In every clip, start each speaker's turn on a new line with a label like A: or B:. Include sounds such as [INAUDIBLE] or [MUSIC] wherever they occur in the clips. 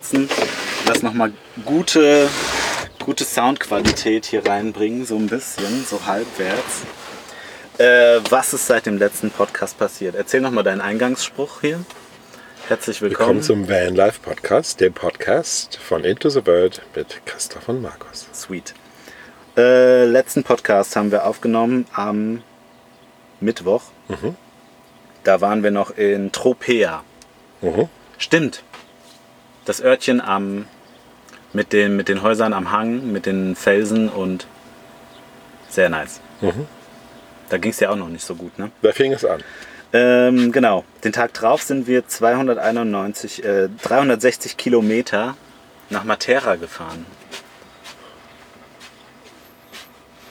A: setzen, das nochmal gute, gute Soundqualität hier reinbringen, so ein bisschen, so halbwärts. Äh, was ist seit dem letzten Podcast passiert? Erzähl nochmal deinen Eingangsspruch hier. Herzlich willkommen.
B: Willkommen zum Van Life Podcast, dem Podcast von Into the World mit Christoph und Markus.
A: Sweet. Äh, letzten Podcast haben wir aufgenommen am Mittwoch. Da waren wir noch in Tropea.
B: Mhm.
A: Stimmt. Das Örtchen am mit den, mit den Häusern am Hang, mit den Felsen und sehr nice.
B: Mhm.
A: Da ging es ja auch noch nicht so gut, ne?
B: Da fing es an.
A: Ähm, genau. Den Tag drauf sind wir 291, äh, 360 Kilometer nach Matera gefahren.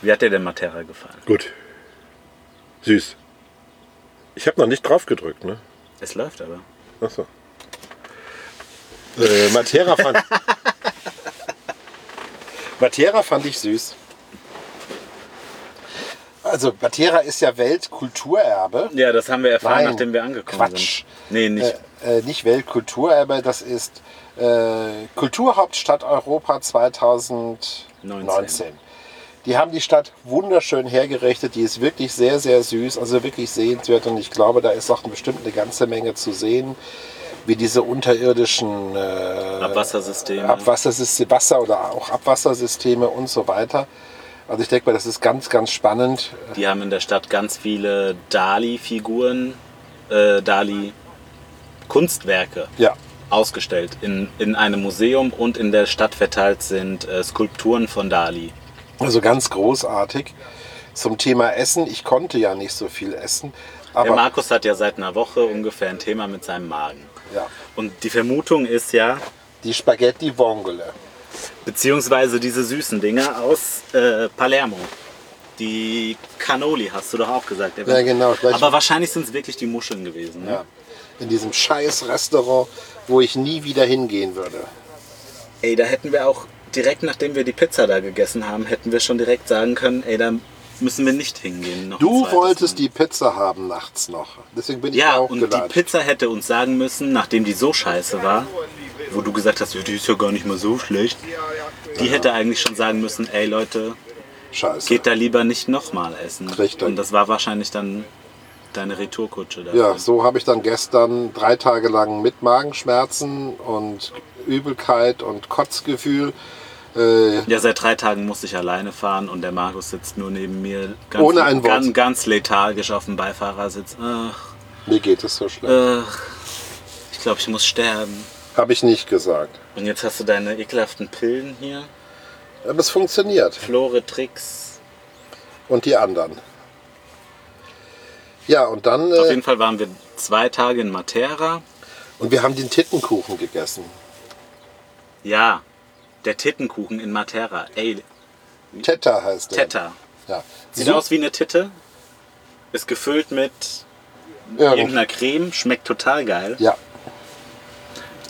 A: Wie hat dir denn Matera gefallen?
B: Gut. Süß. Ich habe noch nicht drauf gedrückt, ne?
A: Es läuft aber.
B: Achso. Äh, Matera fand. [LAUGHS] Matera fand ich süß. Also Matera ist ja Weltkulturerbe.
A: Ja, das haben wir erfahren,
B: Nein,
A: nachdem wir angekommen
B: Quatsch.
A: sind. Nee, nicht.
B: Äh, äh, nicht Weltkulturerbe, das ist äh, Kulturhauptstadt Europa 2019.
A: 19.
B: Die haben die Stadt wunderschön hergerichtet. Die ist wirklich sehr, sehr süß, also wirklich sehenswert. Und ich glaube, da ist auch bestimmt eine ganze Menge zu sehen, wie diese unterirdischen äh,
A: Abwassersysteme.
B: Abwassersysteme, Wasser oder auch Abwassersysteme und so weiter. Also ich denke mal, das ist ganz, ganz spannend.
A: Die haben in der Stadt ganz viele Dali-Figuren, äh, Dali-Kunstwerke
B: Ja,
A: ausgestellt in, in einem Museum und in der Stadt verteilt sind äh, Skulpturen von Dali.
B: Also ganz großartig. Zum Thema Essen, ich konnte ja nicht so viel essen,
A: Der
B: aber
A: Markus hat ja seit einer Woche ungefähr ein Thema mit seinem Magen.
B: ja,
A: Und die Vermutung ist ja,
B: die Spaghetti Vongole.
A: beziehungsweise diese süßen Dinger aus äh, Palermo. Die Cannoli hast du doch auch gesagt.
B: Ja, genau, gleich-
A: Aber wahrscheinlich sind es wirklich die Muscheln gewesen. Ne?
B: Ja. In diesem scheiß Restaurant, wo ich nie wieder hingehen würde.
A: Ey, da hätten wir auch direkt, nachdem wir die Pizza da gegessen haben, hätten wir schon direkt sagen können, ey, da müssen wir nicht hingehen. Noch ein
B: Du
A: zweites
B: wolltest
A: Mal.
B: die Pizza haben nachts noch. Deswegen bin ich
A: Ja, und die
B: aufgeladen.
A: Pizza hätte uns sagen müssen, nachdem die so scheiße war, wo du gesagt hast, ja, die ist ja gar nicht mal so schlecht, die hätte eigentlich schon sagen müssen, ey Leute,
B: Scheiße.
A: geht da lieber nicht nochmal essen.
B: Richtig.
A: Und das war wahrscheinlich dann deine Retourkutsche da.
B: Ja, so habe ich dann gestern drei Tage lang mit Magenschmerzen und Übelkeit und Kotzgefühl. Äh,
A: Ja, seit drei Tagen musste ich alleine fahren und der Markus sitzt nur neben mir ganz,
B: Ohne ein Wort.
A: ganz, ganz lethargisch auf dem Beifahrersitz. Ach,
B: mir geht es so schlecht.
A: ach, ich glaube, ich muss sterben.
B: Habe ich nicht gesagt.
A: Und jetzt hast du deine ekelhaften Pillen hier.
B: Aber es funktioniert.
A: Floretrix.
B: und die anderen. Ja, und dann
A: Auf
B: äh,
A: jeden Fall waren wir zwei Tage in Matera.
B: und wir haben den Tittenkuchen gegessen.
A: Ja, der Tittenkuchen in Matera. Ey,
B: Tetta heißt der.
A: Tetta.
B: Ja.
A: Sieht
B: Su-
A: aus wie eine Titte. Ist gefüllt mit
B: Irgend-
A: irgendeiner Creme. Schmeckt total geil.
B: genau. Ja,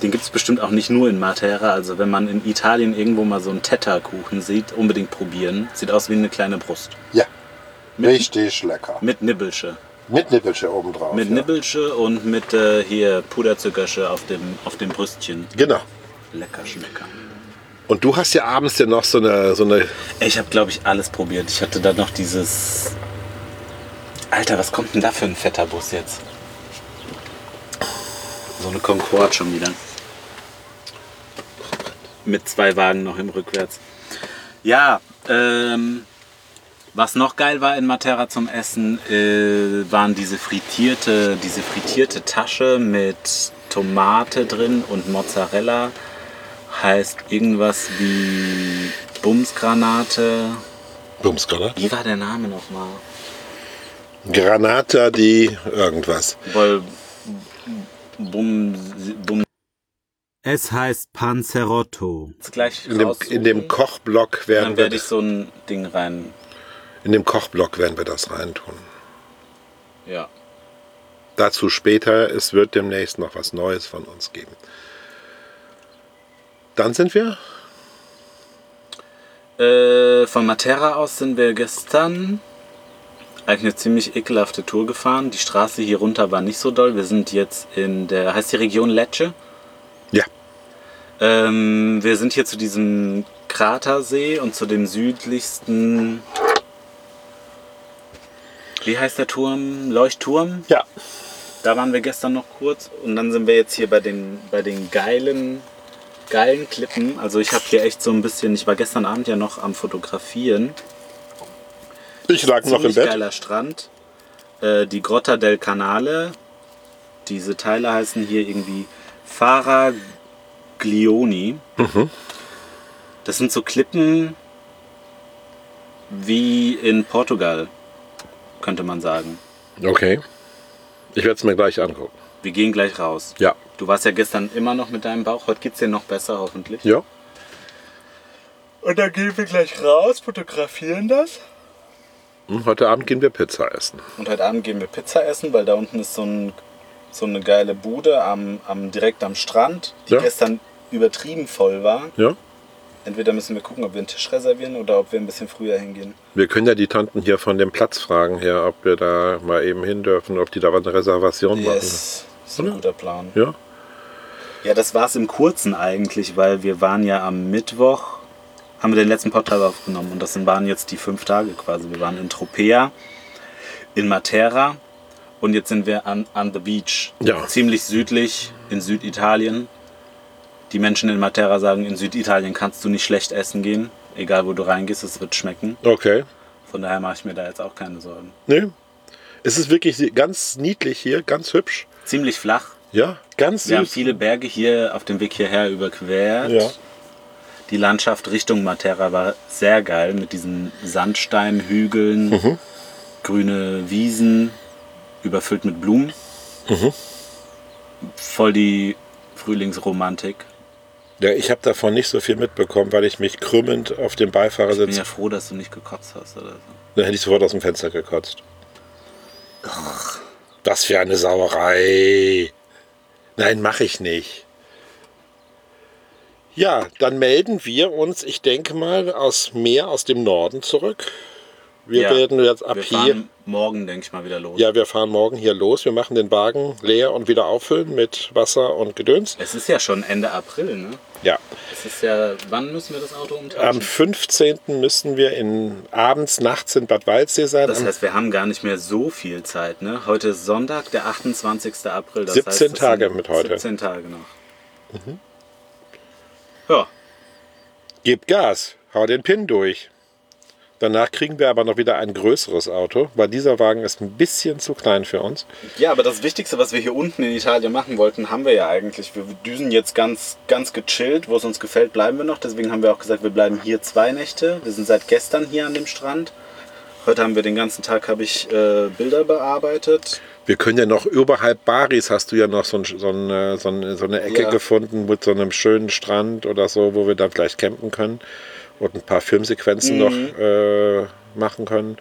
A: Den gibt es bestimmt auch nicht nur in Matera. Also wenn man in Italien irgendwo mal so einen Tetta-Kuchen sieht, unbedingt probieren. Sieht aus wie eine kleine Brust.
B: ja. Richtig lecker.
A: Mit Nibbelsche.
B: Mit Nippelsche obendrauf.
A: Mit
B: ja.
A: Nibbelsche und mit äh, hier Puderzuckersche auf dem, auf dem Brüstchen.
B: Genau.
A: Lecker schmecker.
B: Und du hast ja abends ja noch so eine, so eine
A: Ey, Ich habe, glaube ich, alles probiert. Ich hatte da noch dieses... Alter, was kommt denn da für ein fetter Bus jetzt? So eine Concorde schon wieder. Mit zwei Wagen noch im Rückwärts. Ja, ähm, was noch geil war in Matera zum Essen, äh, waren diese frittierte, diese frittierte Tasche mit Tomate drin und Mozzarella. Heißt irgendwas wie Bumsgranate.
B: Bumsgranate.
A: Wie war der Name nochmal?
B: Granata, die irgendwas.
A: Weil Bum, Bum. Es heißt Panzerotto. Jetzt gleich
B: In dem, in dem Kochblock werden
A: dann werde
B: wir
A: ich so ein Ding rein.
B: in dem Kochblock werden wir das reintun.
A: Ja.
B: Dazu später, es wird demnächst noch was Neues von uns geben. Dann sind wir
A: Äh, von Matera aus sind wir gestern eigentlich eine ziemlich ekelhafte Tour gefahren. Die Straße hier runter war nicht so doll. Wir sind jetzt in der, heißt die Region Lecce?
B: ja,
A: Ähm, wir sind hier zu diesem Kratersee und zu dem südlichsten. Wie heißt der Turm? Leuchtturm?
B: Ja,
A: Da waren wir gestern noch kurz und dann sind wir jetzt hier bei den, bei den geilen, geilen Klippen. Also ich habe hier echt so ein bisschen, ich war gestern Abend ja noch am Fotografieren.
B: ich lag noch im
A: Ziemlich
B: Bett.
A: geiler Strand. Äh, die Grotta del Canale. Diese Teile heißen hier irgendwie Faraglioni.
B: Mhm.
A: Das sind so Klippen wie in Portugal, könnte man sagen.
B: Okay. Ich werde es mir gleich angucken.
A: Wir gehen gleich raus.
B: Ja.
A: Du warst ja gestern immer noch mit deinem Bauch, heute geht's dir noch besser hoffentlich.
B: Ja.
A: Und dann gehen wir gleich raus, fotografieren das.
B: Und Hm, heute Abend gehen wir Pizza essen.
A: Und heute Abend gehen wir Pizza essen, weil da unten ist so, ein, so eine geile Bude am, am, direkt am Strand, die
B: Ja.
A: gestern übertrieben voll war.
B: Ja.
A: Entweder müssen wir gucken, ob wir einen Tisch reservieren oder ob wir ein bisschen früher hingehen.
B: Wir können ja die Tanten hier von dem Platz fragen her, ob wir da mal eben hin dürfen, ob die da eine Reservation
A: Yes, ist ein guter Plan.
B: machen. Ja.
A: Ja, das war's im Kurzen eigentlich, weil wir waren ja am Mittwoch, haben wir den letzten Podcast aufgenommen und das waren jetzt die fünf Tage quasi. Wir waren in Tropea, in Matera und jetzt sind wir an, an the beach.
B: Ja.
A: Ziemlich südlich in Süditalien. Die Menschen in Matera sagen, in Süditalien kannst du nicht schlecht essen gehen. Egal wo du reingehst, es wird schmecken.
B: Okay.
A: Von daher mache ich mir da jetzt auch keine Sorgen.
B: Nee. Es ist wirklich sie- ganz niedlich hier, ganz hübsch.
A: Ziemlich flach.
B: Ja, ganz
A: Wir haben
B: süß.
A: viele Berge hier auf dem Weg hierher überquert.
B: Ja.
A: Die Landschaft Richtung Matera war sehr geil mit diesen Sandsteinhügeln,
B: Mhm.
A: grüne Wiesen, überfüllt mit Blumen.
B: Mhm.
A: Voll die Frühlingsromantik.
B: Ja, ich habe davon nicht so viel mitbekommen, weil ich mich krümmend auf dem
A: Bin
B: Beifahrersitz,
A: ja froh, dass du nicht gekotzt hast oder so.
B: dann hätte ich sofort aus dem Fenster gekotzt. Was für eine Sauerei. Nein, mache ich nicht. Ja, dann melden wir uns, ich denke mal, aus Meer aus dem Norden zurück. Wir
A: Ja,
B: werden jetzt ab
A: Wir
B: hier.
A: fahren morgen, denke ich mal, wieder los.
B: Ja, wir fahren morgen hier los. Wir machen den Wagen leer und wieder auffüllen mit Wasser und Gedöns.
A: Es ist ja schon Ende April, ne?
B: Ja,
A: Es ist ja, wann müssen wir das Auto umtauschen?
B: Am 15. müssen wir in, abends, nachts in Bad Waldsee sein.
A: Das
B: Am
A: heißt, wir haben gar nicht mehr so viel Zeit. Ne? Heute ist Sonntag, der 28. April. Das
B: 17
A: heißt, es sind
B: Tage mit heute. Mhm.
A: 17 Tage noch. Ja,
B: Gib Gas, hau den Pin durch. Danach kriegen wir aber noch wieder ein größeres Auto, weil dieser Wagen ist ein bisschen zu klein für uns.
A: ja, aber das Wichtigste, was wir hier unten in Italien machen wollten, haben wir ja eigentlich. Wir düsen jetzt ganz, ganz gechillt. Wo es uns gefällt, bleiben wir noch. Deswegen haben wir auch gesagt, wir bleiben hier zwei Nächte. Wir sind seit gestern hier an dem Strand. Heute haben wir den ganzen Tag habe ich äh, Bilder bearbeitet.
B: Wir können ja noch überhalb Baris hast du ja noch so, ein, so, eine, so, eine, so eine Ecke
A: Ja.
B: gefunden mit so einem schönen Strand oder so, wo wir dann vielleicht campen können und ein paar Filmsequenzen noch äh, machen können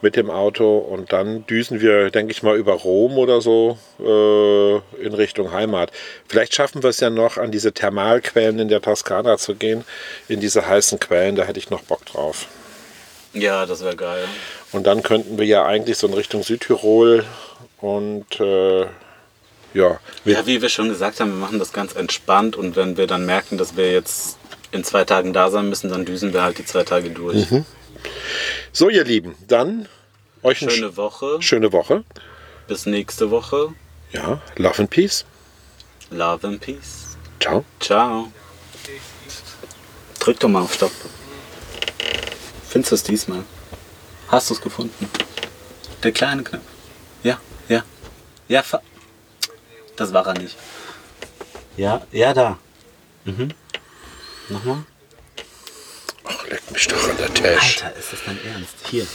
B: mit dem Auto. Und dann düsen wir, denke ich mal, über Rom oder so äh, in Richtung Heimat. Vielleicht schaffen wir es ja noch, an diese Thermalquellen in der Toskana zu gehen, in diese heißen Quellen, da hätte ich noch Bock drauf.
A: Ja, das wäre geil.
B: Und dann könnten wir ja eigentlich so in Richtung Südtirol und äh, ja, wir,
A: Ja, wie wir schon gesagt haben, wir machen das ganz entspannt und wenn wir dann merken, dass wir jetzt in zwei Tagen da sein müssen, dann düsen wir halt die zwei Tage durch.
B: So, ihr Lieben, dann euch eine
A: Schöne Woche,
B: sch- schöne Woche.
A: bis nächste Woche.
B: Ja, Love and Peace.
A: Love and Peace.
B: Ciao.
A: Ciao. Drück doch mal auf Stopp. Findest du es diesmal? Hast du es gefunden? Der kleine Knopf. Ja, ja. Ja, fa das war er nicht. Ja, ja, da. Mhm. Nochmal.
B: Ach, leck mich doch an der Tasche.
A: Alter, ist das dein Ernst? Hier.